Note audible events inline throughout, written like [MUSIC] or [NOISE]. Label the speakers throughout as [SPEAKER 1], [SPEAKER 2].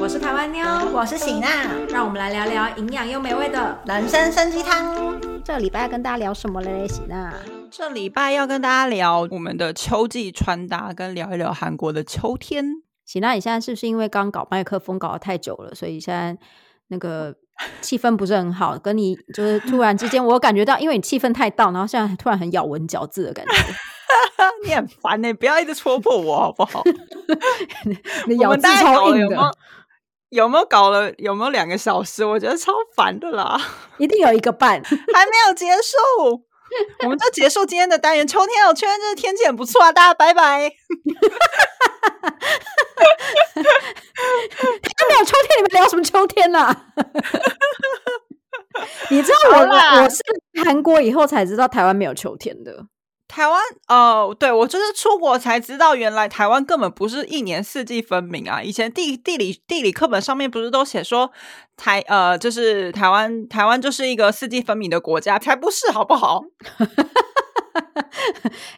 [SPEAKER 1] 我是台湾妞，
[SPEAKER 2] 我是喜娜，
[SPEAKER 1] 让我们来聊聊营养又美味的。
[SPEAKER 2] 人生生鸡汤。
[SPEAKER 3] 这礼拜要跟大家聊什么嘞，喜娜？
[SPEAKER 4] 这礼拜要跟大家聊我们的秋季穿搭，跟聊一聊韩国的秋天。 [LAUGHS]
[SPEAKER 3] 喜娜，你现在是不是因为刚搞麦克风搞得太久了，所以现在那
[SPEAKER 4] [LAUGHS]
[SPEAKER 3] 个气氛不是很好？跟你就是突然之间，我感觉到，因为你气氛太到，然后现在突然很咬文嚼字的感觉，
[SPEAKER 4] [LAUGHS] 你很烦呢、不要一直戳破我好不好？
[SPEAKER 3] [LAUGHS] 你
[SPEAKER 4] 我
[SPEAKER 3] 咬
[SPEAKER 4] 们
[SPEAKER 3] 字
[SPEAKER 4] 大概搞
[SPEAKER 3] 超
[SPEAKER 4] 了
[SPEAKER 3] 硬
[SPEAKER 4] 有
[SPEAKER 3] 的，
[SPEAKER 4] 没有有没有搞了有没有两个小时？我觉得超烦的啦，
[SPEAKER 3] 一定有一个啊半。
[SPEAKER 4] 还没有结束。我们就结束今天的单元，秋天有圈，这天气很不错啊，大家拜拜。
[SPEAKER 3] 他没有秋天，你们聊什么秋天啦、
[SPEAKER 4] [LAUGHS]
[SPEAKER 3] 你知道
[SPEAKER 4] 好
[SPEAKER 3] 我
[SPEAKER 4] 啦
[SPEAKER 3] 我是来韩国以后才知道台湾没有秋天的，
[SPEAKER 4] 台湾哦，对我就是出国才知道，原来台湾根本不是一年四季分明啊！以前地地理地理课本上面不是都写说台呃，就是台湾台湾就是一个四季分明的国家，才不是好不好？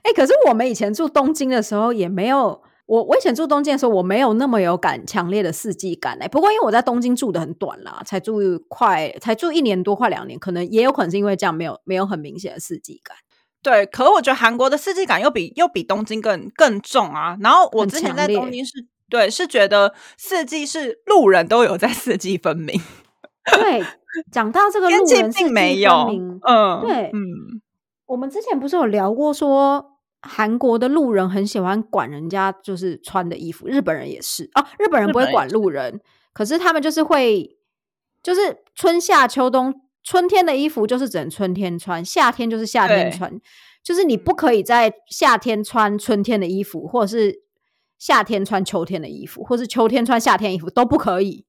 [SPEAKER 3] 哎、可是我们以前住东京的时候也没有。我我以前住东京的时候，我没有那么有感强烈的四季感哎、不过因为我在东京住的很短啦，才住快才住一年多，快两年，可能也有可能是因为这样没有没有很明显的四季感。
[SPEAKER 4] 对，可我觉得韩国的四季感又比又比东京更更重啊。然后我
[SPEAKER 3] 很
[SPEAKER 4] 之前
[SPEAKER 3] 强
[SPEAKER 4] 在
[SPEAKER 3] 烈
[SPEAKER 4] 东京是对是觉得四季是路人都有在四季分明，
[SPEAKER 3] 对，讲到这个
[SPEAKER 4] 天
[SPEAKER 3] 路
[SPEAKER 4] 气
[SPEAKER 3] 人四
[SPEAKER 4] 并
[SPEAKER 3] 季
[SPEAKER 4] 没
[SPEAKER 3] 分
[SPEAKER 4] 有
[SPEAKER 3] 明，
[SPEAKER 4] 嗯，
[SPEAKER 3] 对
[SPEAKER 4] 嗯。
[SPEAKER 3] 我们之前不是有聊过说，韩国的路人很喜欢管人家就是穿的衣服，日本人也是啊，日本人
[SPEAKER 4] 日
[SPEAKER 3] 不会
[SPEAKER 4] 本人
[SPEAKER 3] 管路人，可是他们就是会，就是春夏秋冬，春天的衣服就是只能春天穿，夏天就是夏天
[SPEAKER 4] 对嗯
[SPEAKER 3] 穿，就是你不可以在夏天穿春天的衣服，或者是夏天穿秋天的衣服，或是秋天穿夏天衣服都不可以。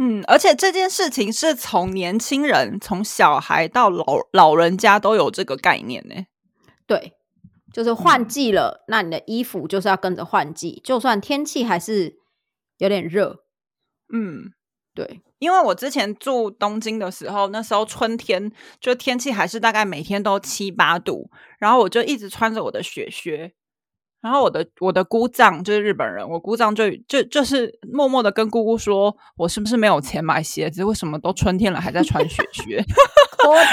[SPEAKER 4] 嗯，而且这件事情是从年轻人、从小孩到老老人家都有这个概念呢。
[SPEAKER 3] 对，就是换季了，那你的衣服就是要跟着换季，就算天气还是有点热，
[SPEAKER 4] 嗯，
[SPEAKER 3] 对，
[SPEAKER 4] 因为我之前住东京的时候，那时候春天就天气还是大概每天都七八度，然后我就一直穿着我的雪靴。然后我的我的姑丈就是日本人，我姑丈就就就是默默的跟姑姑说，我是不是没有钱买鞋子？为什么都春天了还在穿雪靴？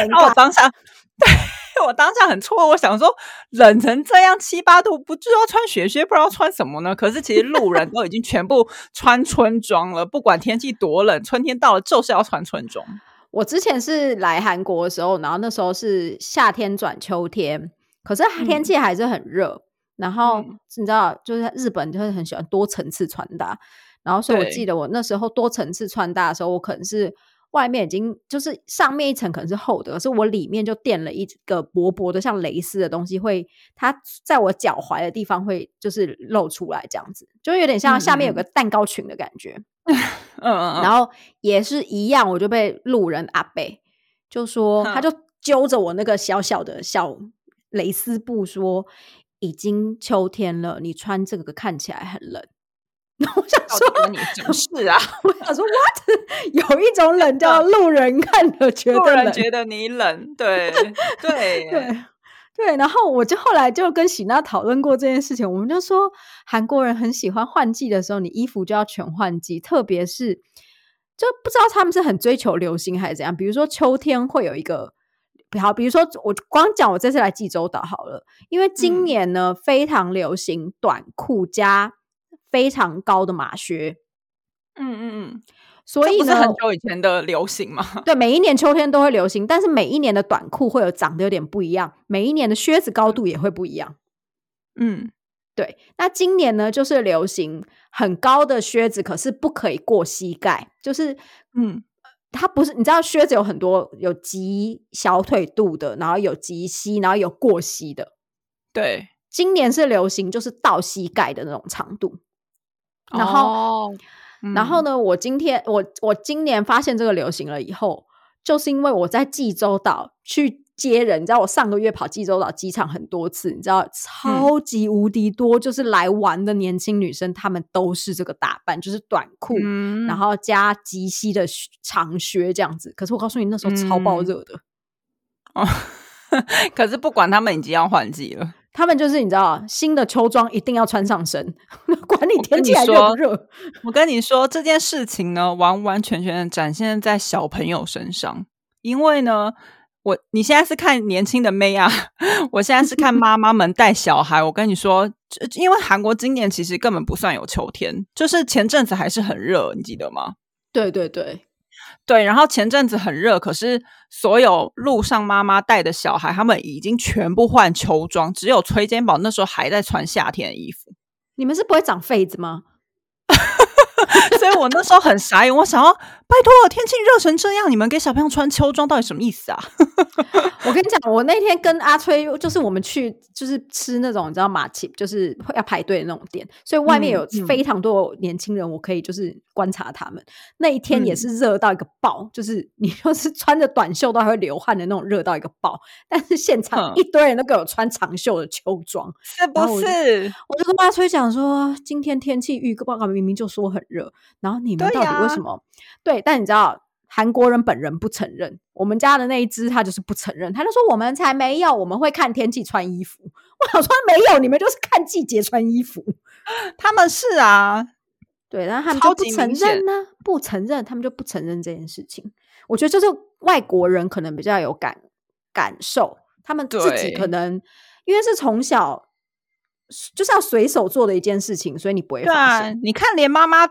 [SPEAKER 4] 然后我当下，对我当下很错愕，我想说冷成这样七八度，不就要穿雪靴，不知道穿什么呢？可是其实路人都已经全部穿春装了，不管天气多冷，春天到了就是要穿春装。
[SPEAKER 3] 我之前是来韩国的时候，然后那时候是夏天转秋天，可是天气还是很热。然后
[SPEAKER 4] 嗯
[SPEAKER 3] 你知道，就是日本就是很喜欢多层次穿搭，然后所以我
[SPEAKER 4] 对
[SPEAKER 3] 记得我那时候多层次穿搭的时候，我可能是外面已经就是上面一层可能是厚的，可是我里面就垫了一个薄薄的像蕾丝的东西，会它在我脚踝的地方会就是露出来，这样子就有点像下面有个蛋糕裙的感觉。
[SPEAKER 4] 嗯嗯嗯，
[SPEAKER 3] 然后也是一样，我就被路人阿贝就说，
[SPEAKER 4] 哼
[SPEAKER 3] 他就揪着我那个小小的小蕾丝布说，已经秋天了，你穿这个看起来很冷。然后我想
[SPEAKER 4] 到
[SPEAKER 3] 说
[SPEAKER 4] 底，关你什么事啊？
[SPEAKER 3] 我想说，what？有一
[SPEAKER 4] [LAUGHS]
[SPEAKER 3] 种冷叫路人看了 [LAUGHS] 觉
[SPEAKER 4] 路
[SPEAKER 3] 得冷
[SPEAKER 4] 人，觉得你冷，对
[SPEAKER 3] [LAUGHS]
[SPEAKER 4] 对
[SPEAKER 3] 对。对，然后我就后来就跟喜娜讨论过这件事情，我们就说韩国人很喜欢换季的时候，你衣服就要全换季，特别是就不知道他们是很追求流行还是怎样。比如说秋天会有一个，好，比如说我光讲我这次来济州岛好了，因为今
[SPEAKER 4] 嗯
[SPEAKER 3] 年呢、非常流行短裤加非常高的马靴，
[SPEAKER 4] 嗯嗯嗯，
[SPEAKER 3] 所
[SPEAKER 4] 这
[SPEAKER 3] 以
[SPEAKER 4] 不是
[SPEAKER 3] 呢
[SPEAKER 4] 很，久以前的流行吗？ [LAUGHS]
[SPEAKER 3] 对，每一年秋天都会流行，但是每一年的短裤会有长得有点不一样，每一年的靴子高度也会不一样。
[SPEAKER 4] 嗯，
[SPEAKER 3] 对，那今年呢，就是流行很高的靴子，可是不可以过膝盖，就是
[SPEAKER 4] 嗯，
[SPEAKER 3] 它不是你知道靴子有很多有及小腿肚的，然后有及膝，然后有过膝的。
[SPEAKER 4] 对。
[SPEAKER 3] 今年是流行就是到膝盖的那种长度，然后
[SPEAKER 4] 哦
[SPEAKER 3] 然后
[SPEAKER 4] 嗯
[SPEAKER 3] 呢，我今天我我今年发现这个流行了以后，就是因为我在济州岛去接人，你知道我上个月跑济州岛机场很多次，你知
[SPEAKER 4] 嗯
[SPEAKER 3] 道超级无敌多，就是来玩的年轻女生，她们都是这个打扮，就是短裤，
[SPEAKER 4] 嗯 [LAUGHS]
[SPEAKER 3] 然后加及膝的靴长靴这样子。可是我告诉你，那时候超爆
[SPEAKER 4] 嗯
[SPEAKER 3] 热的。
[SPEAKER 4] 哦，可是不管他们已经要换季了，
[SPEAKER 3] 他们就是你知道，新的秋装一定要穿上身， [LAUGHS] 管你
[SPEAKER 4] 我跟
[SPEAKER 3] 天气
[SPEAKER 4] 你
[SPEAKER 3] 还热
[SPEAKER 4] 说
[SPEAKER 3] 不热。
[SPEAKER 4] 我跟你说这件事情呢，完完全全的展现在小朋友身上，因为呢，我你现在是看年轻的妹啊， [LAUGHS] 我现在是看妈妈们带小孩。我跟你说，这因为韩国今年其实根本不算有秋天，就是前阵子还是很热，你记得吗？
[SPEAKER 3] 对对对，
[SPEAKER 4] 对，然后前阵子很热，可是所有路上妈妈带的小孩，他们已经全部换秋装，只有崔肩膀那时候还在穿夏天的衣服。
[SPEAKER 3] 你们是不会长痱子吗？
[SPEAKER 4] [LAUGHS] 所以我那时候很傻眼，我想要拜托，天气热成这样，你们给小朋友穿秋装到底什么意思啊？
[SPEAKER 3] 我跟你讲，我那天跟阿崔，就是我们去就是吃那种你知道马奇，就是会要排队的那种店，所以外面
[SPEAKER 4] 嗯
[SPEAKER 3] 有
[SPEAKER 4] 嗯
[SPEAKER 3] 非常多年轻人，我可以就是观察他们。那一天也
[SPEAKER 4] 嗯
[SPEAKER 3] 是热到一个爆，就是你就是穿着短袖都还会流汗的那种热到一个爆，但是现场
[SPEAKER 4] 嗯
[SPEAKER 3] 一堆人都给我穿长袖的秋装，
[SPEAKER 4] 是
[SPEAKER 3] 然后
[SPEAKER 4] 不？
[SPEAKER 3] 我就是我就跟阿崔讲说，今天天气预报明明就说很热，然后你们
[SPEAKER 4] 对
[SPEAKER 3] 到底为
[SPEAKER 4] 呀
[SPEAKER 3] 什么？对，但你知道韩国人本人不承认，我们家的那一只他就是不承认，他就说我们才没有，我们会看天气穿衣服。 [LAUGHS] 我想说没有，你们就是看季节穿衣服。
[SPEAKER 4] [LAUGHS] 他们是啊，
[SPEAKER 3] 对，然后他们
[SPEAKER 4] 超
[SPEAKER 3] 就不
[SPEAKER 4] 级
[SPEAKER 3] 承
[SPEAKER 4] 明显
[SPEAKER 3] 认呢、不承认，他们就不承认这件事情。我觉得就是外国人可能比较有感感受，他们自己可
[SPEAKER 4] 对
[SPEAKER 3] 能因为是从小就是要随手做的一件事情，所以你不会
[SPEAKER 4] 对
[SPEAKER 3] 发
[SPEAKER 4] 啊
[SPEAKER 3] 现。，
[SPEAKER 4] 你看连妈妈。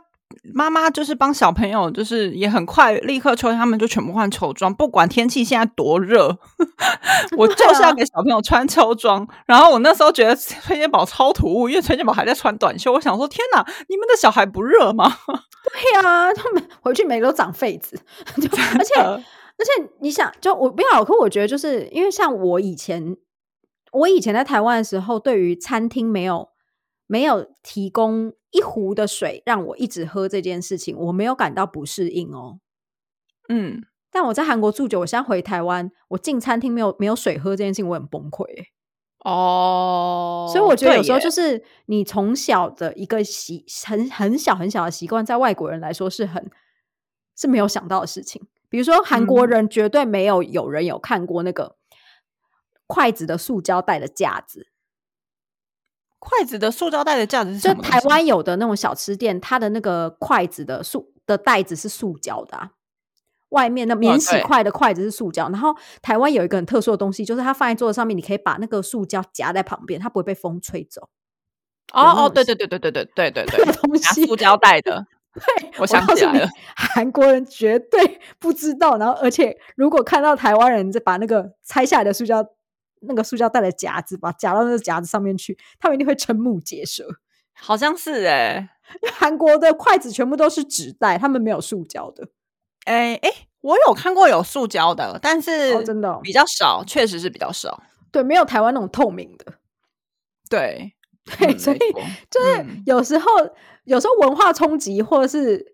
[SPEAKER 4] 妈妈就是帮小朋友，就是也很快立刻秋天，他们就全部换秋装，不管天气现在多热， [LAUGHS] 我就是要给小朋友穿秋装。然后我那时候觉得崔健宝超突兀，因为崔健宝还在穿短袖，我想说天哪，你们的小孩不热吗？
[SPEAKER 3] 对啊，他们回去每个都长痱子，就而且而且你想，就我不要，可我觉得就是因为像我以前，我以前在台湾的时候，对于餐厅没有没有提供一壶的水让我一直喝这件事情，我没有感到不适应哦。
[SPEAKER 4] 嗯，
[SPEAKER 3] 但我在韩国住久，我现在回台湾，我进餐厅没有没有水喝这件事情，我很崩溃欸、
[SPEAKER 4] 哦
[SPEAKER 3] 所以我觉得有时候
[SPEAKER 4] 对耶
[SPEAKER 3] 就是你从小的一个习很很小很小的习惯，在外国人来说是很是没有想到的事情。比如说韩国
[SPEAKER 4] 嗯
[SPEAKER 3] 人绝对没有有人有看过那个筷子的塑胶袋的架子，
[SPEAKER 4] 筷子的塑胶袋的架子是
[SPEAKER 3] 就
[SPEAKER 4] 什么东西
[SPEAKER 3] 台湾有的那种小吃店，它的那个筷子的塑的袋子是塑胶的、啊。外面的免洗
[SPEAKER 4] 对
[SPEAKER 3] 筷的筷子是塑胶，然后台湾有一个很特殊的东西，就是它放在桌子上面，你可以把那个塑胶夹在旁边，它不会被风吹走。那
[SPEAKER 4] 哦哦，
[SPEAKER 3] 种
[SPEAKER 4] 对对对对对对对对 [LAUGHS]
[SPEAKER 3] 那个
[SPEAKER 4] 对，
[SPEAKER 3] 东
[SPEAKER 4] 拿
[SPEAKER 3] 西
[SPEAKER 4] 塑胶袋的，
[SPEAKER 3] 对，
[SPEAKER 4] [LAUGHS] 我想
[SPEAKER 3] 告
[SPEAKER 4] 起
[SPEAKER 3] 诉
[SPEAKER 4] 来
[SPEAKER 3] 你
[SPEAKER 4] 了，
[SPEAKER 3] 韩国人绝对 [LAUGHS] 不知道。然后，而且如果看到台湾人在把那个拆下来的塑胶那个塑胶袋的夹子，把它夹到那个夹子上面去，他们一定会瞠目结舌。 [LAUGHS]
[SPEAKER 4] 好像是哎
[SPEAKER 3] 因为韩国的筷子全部都是纸袋，他们没有塑胶的。
[SPEAKER 4] 哎哎，我有看过有塑胶的，但是
[SPEAKER 3] 哦，真的哦、
[SPEAKER 4] 比较少，确实是比较少。
[SPEAKER 3] 对，没有台湾那种透明的。
[SPEAKER 4] 对
[SPEAKER 3] 对，所以就是
[SPEAKER 4] 嗯
[SPEAKER 3] 有时候，有时候文化冲击，或者是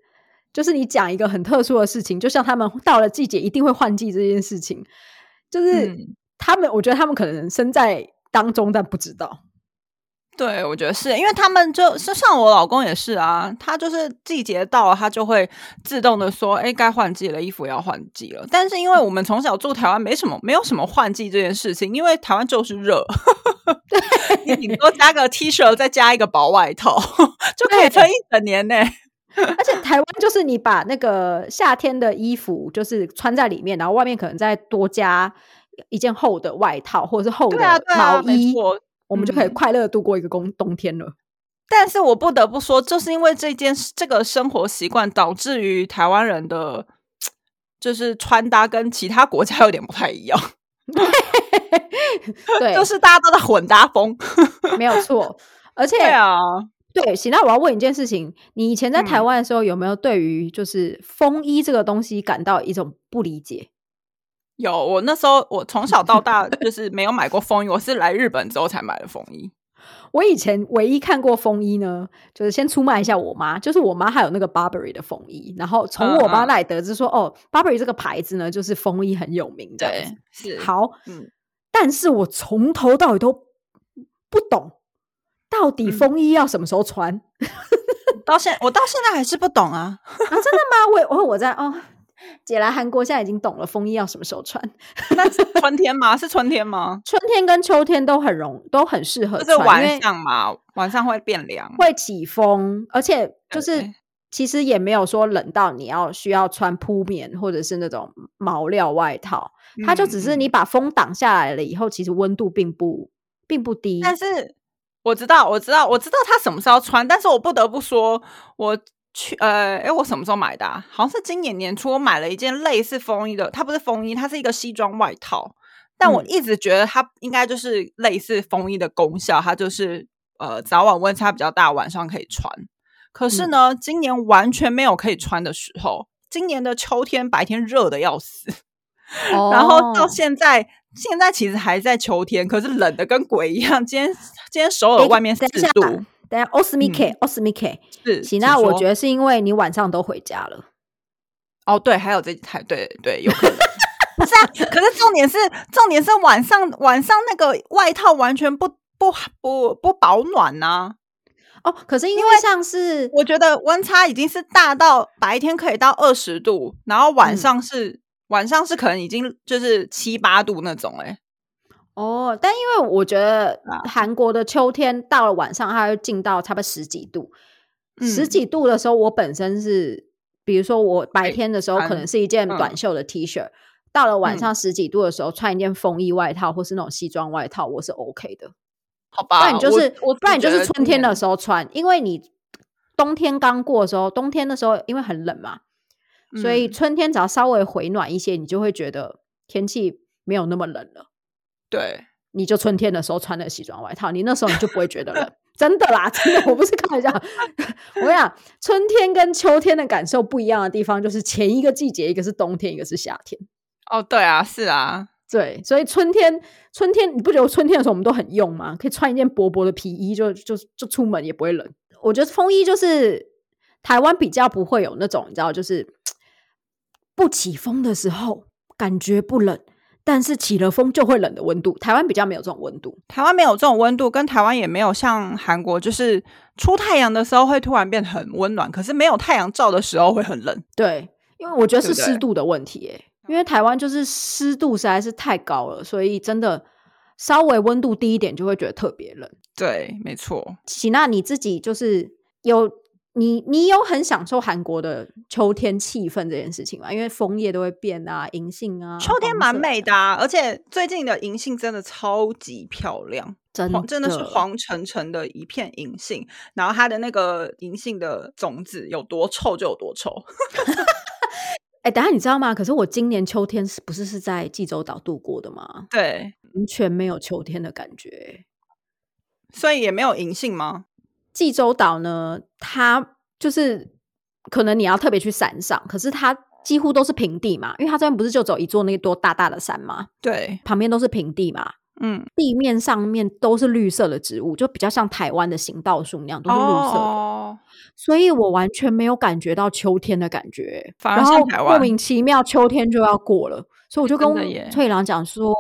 [SPEAKER 3] 就是你讲一个很特殊的事情，就像他们到了季节一定会换季这件事情，就是、
[SPEAKER 4] 嗯
[SPEAKER 3] 他们，我觉得他们可能身在当中，但不知道。
[SPEAKER 4] 对，我觉得是因为他们就就像我老公也是啊，他就是季节到了，他就会自动的说，哎，该换季了，衣服要换季了。但是因为我们从小住台湾，没什么没有什么换季这件事情，因为台湾就是热， [LAUGHS] 你顶多加个 T 恤，再加一个薄外套， [LAUGHS] 就可以撑一整年呢、
[SPEAKER 3] 而且台湾就是你把那个夏天的衣服就是穿在里面，然后外面可能再多加一件厚的外套或者是厚的
[SPEAKER 4] 对啊，对
[SPEAKER 3] 毛
[SPEAKER 4] 啊，没
[SPEAKER 3] 衣，
[SPEAKER 4] 错。
[SPEAKER 3] 我们就可以
[SPEAKER 4] 嗯
[SPEAKER 3] 快乐地度过一个冬冬天
[SPEAKER 4] [LAUGHS]
[SPEAKER 3] 了。
[SPEAKER 4] 但是我不得不说，就是因为这件事这个生活习惯，导致于台湾人的就是穿搭跟其他国家有点不太一样，
[SPEAKER 3] 对，
[SPEAKER 4] 就是大家都在混搭风。
[SPEAKER 3] 没有
[SPEAKER 4] [LAUGHS]
[SPEAKER 3] 错。而且，
[SPEAKER 4] 对啊，
[SPEAKER 3] 对，行，那我要问一件事情：你以前在台
[SPEAKER 4] 嗯
[SPEAKER 3] 湾的时候，有没有对于就是风衣这个东西感到一种不理解？
[SPEAKER 4] 有我那时候我从小到大就是没有买过风衣，我是来日本之后才买的风衣。
[SPEAKER 3] 我以前唯一看过风衣呢，就是先出卖一下我妈，就是我妈还有那个 Burberry 的风衣，然后从我妈
[SPEAKER 4] 嗯嗯
[SPEAKER 3] 那里得知说，哦，Burberry 这个牌子呢，就是风衣很有名这样子。，
[SPEAKER 4] 是
[SPEAKER 3] 好，
[SPEAKER 4] 嗯
[SPEAKER 3] 但是我从头到尾都不懂，到底
[SPEAKER 4] 嗯
[SPEAKER 3] 风衣要什么时候穿？
[SPEAKER 4] 到现我到现在还是不懂啊。
[SPEAKER 3] 啊，真的吗？我我我在哦，姐来韩国现在已经懂了风衣要什么时候穿，
[SPEAKER 4] 那是春天吗？是春天吗？
[SPEAKER 3] 春天跟秋天都很容都很适合
[SPEAKER 4] [LAUGHS] 就是
[SPEAKER 3] 穿，因
[SPEAKER 4] 晚
[SPEAKER 3] 为
[SPEAKER 4] 上嘛，晚上会变凉。
[SPEAKER 3] 会起风，而且就是
[SPEAKER 4] 对
[SPEAKER 3] 其实也没有说冷到你要需要穿铺棉或者是那种毛料外套，它就只是
[SPEAKER 4] 嗯
[SPEAKER 3] 你把风挡下来了以后，其实温度并不并不低。
[SPEAKER 4] 但是我知道，我知道，我知道他什么时候穿，但是我不得不说，我去呃，哎，我什么时候买的、啊？好像是今年年初，我买了一件类似风衣的，它不是风衣，它是一个西装外套，但我
[SPEAKER 3] 嗯
[SPEAKER 4] 一直觉得它应该就是类似风衣的功效，它就是呃早晚温差比较大，晚上可以穿。可是
[SPEAKER 3] 嗯
[SPEAKER 4] 呢，今年完全没有可以穿的时候。今年的秋天白天热的要死，然后到
[SPEAKER 3] 哦
[SPEAKER 4] 现在，现在其实还在秋天，可是冷的跟鬼一样。今天今天首尔
[SPEAKER 3] 诶
[SPEAKER 4] 外面四
[SPEAKER 3] 等一下
[SPEAKER 4] 度，
[SPEAKER 3] 等一
[SPEAKER 4] 嗯
[SPEAKER 3] 下 o s m i k o s m i k
[SPEAKER 4] 是
[SPEAKER 3] 喜娜，我觉
[SPEAKER 4] 得
[SPEAKER 3] 得是因为你晚上都回家了。
[SPEAKER 4] 哦，对，还有这台，对对，有可
[SPEAKER 3] [LAUGHS]
[SPEAKER 4] 能。不是啊，可是重点是，重点是晚上晚上那个外套完全不不不不保暖呐、
[SPEAKER 3] 哦，可是因为像是
[SPEAKER 4] 我觉得温差已经是大到白天可以到二十度，然后晚
[SPEAKER 3] 嗯
[SPEAKER 4] 上是、晚上是可能已经就是七八度那种、欸，哎，
[SPEAKER 3] 哦，但因为我觉得
[SPEAKER 4] 啊
[SPEAKER 3] 韩国的秋天到了晚上，它会进到差不多十几度，十
[SPEAKER 4] 嗯
[SPEAKER 3] 几度的时候，我本身是，比如说我白
[SPEAKER 4] 对
[SPEAKER 3] 天的时候可
[SPEAKER 4] 哎穿
[SPEAKER 3] 能是一件
[SPEAKER 4] 嗯
[SPEAKER 3] 短袖的 T 恤，到了晚
[SPEAKER 4] 嗯
[SPEAKER 3] 上十几度的时候，穿一件风衣外套或是那种西装外套，我是 OK 的。
[SPEAKER 4] 好
[SPEAKER 3] 不
[SPEAKER 4] 吧，
[SPEAKER 3] 然你就是，
[SPEAKER 4] 啊我我
[SPEAKER 3] 不然你就
[SPEAKER 4] 觉
[SPEAKER 3] 是
[SPEAKER 4] 得
[SPEAKER 3] 春
[SPEAKER 4] 今
[SPEAKER 3] 天
[SPEAKER 4] 年
[SPEAKER 3] 的时候穿，因为你冬天刚过的时候，冬天的时候因为很冷嘛，所以
[SPEAKER 4] 嗯
[SPEAKER 3] 春天只要稍微回暖一些，你就会觉得天气没有那么冷了。
[SPEAKER 4] 对。
[SPEAKER 3] 你就春天的时候穿的西装外套，你那时候你就不会觉得冷。真的啦，真的，我不是开玩笑。 [LAUGHS] 我跟你讲，春天跟秋天的感受不一样的地方，就是前一个季节，一个是冬天，一个是夏天。
[SPEAKER 4] 哦，对啊，是啊，
[SPEAKER 3] 对，所以春天，春天，你不觉得春天的时候我们都很用吗？可以穿一件薄薄的皮衣就，就就出门也不会冷。我觉得风衣就是台湾比较不会有那种，你知道，就是不起风的时候感觉不冷，但是起了风就会冷的温度。台湾比较没有这种温度。
[SPEAKER 4] 台湾没有这种温度，跟台湾也没有像韩国，就是出太阳的时候会突然变很温暖，可是没有太阳照的时候会很冷。
[SPEAKER 3] 对，因为我觉得
[SPEAKER 4] 对
[SPEAKER 3] 是
[SPEAKER 4] 不
[SPEAKER 3] 湿
[SPEAKER 4] 对
[SPEAKER 3] 度的问题、耶。因为台湾就是湿度实在是太高了，所以真的稍微温度低一点就会觉得特别冷。
[SPEAKER 4] 对，没错。
[SPEAKER 3] 喜娜你自己就是有你你有很享受韩国的秋天气氛这件事情吗？因为枫叶都会变啊，银杏啊，
[SPEAKER 4] 秋天
[SPEAKER 3] 黄
[SPEAKER 4] 蛮
[SPEAKER 3] 色，
[SPEAKER 4] 美的、啊，而且最近的银杏真的超级漂亮，
[SPEAKER 3] 真
[SPEAKER 4] 黄真的是黄澄澄的一片银杏，然后它的那个银杏的种子有多臭就有多臭。 [LAUGHS]
[SPEAKER 3] 哎、等一下你知道吗？可是我今年秋天是不是是在济州岛度过的吗？
[SPEAKER 4] 对，
[SPEAKER 3] 完全没有秋天的感觉。
[SPEAKER 4] 所以也没有银杏吗？
[SPEAKER 3] 济州岛呢，它就是可能你要特别去山上，可是它几乎都是平地嘛，因为它这边不是就走一座那多大大的山吗？
[SPEAKER 4] 对，
[SPEAKER 3] 旁边都是平地嘛，
[SPEAKER 4] 嗯，
[SPEAKER 3] 地面上面都是绿色的植物，就比较像台湾的行道树那样，都是绿色的，
[SPEAKER 4] 哦，
[SPEAKER 3] 所以我完全没有感觉到秋天的感觉，
[SPEAKER 4] 反而
[SPEAKER 3] 然后
[SPEAKER 4] 像台
[SPEAKER 3] 莫
[SPEAKER 4] 湾
[SPEAKER 3] 名其妙秋天就要过了，所以我就跟
[SPEAKER 4] 真的耶
[SPEAKER 3] 翠郎讲说。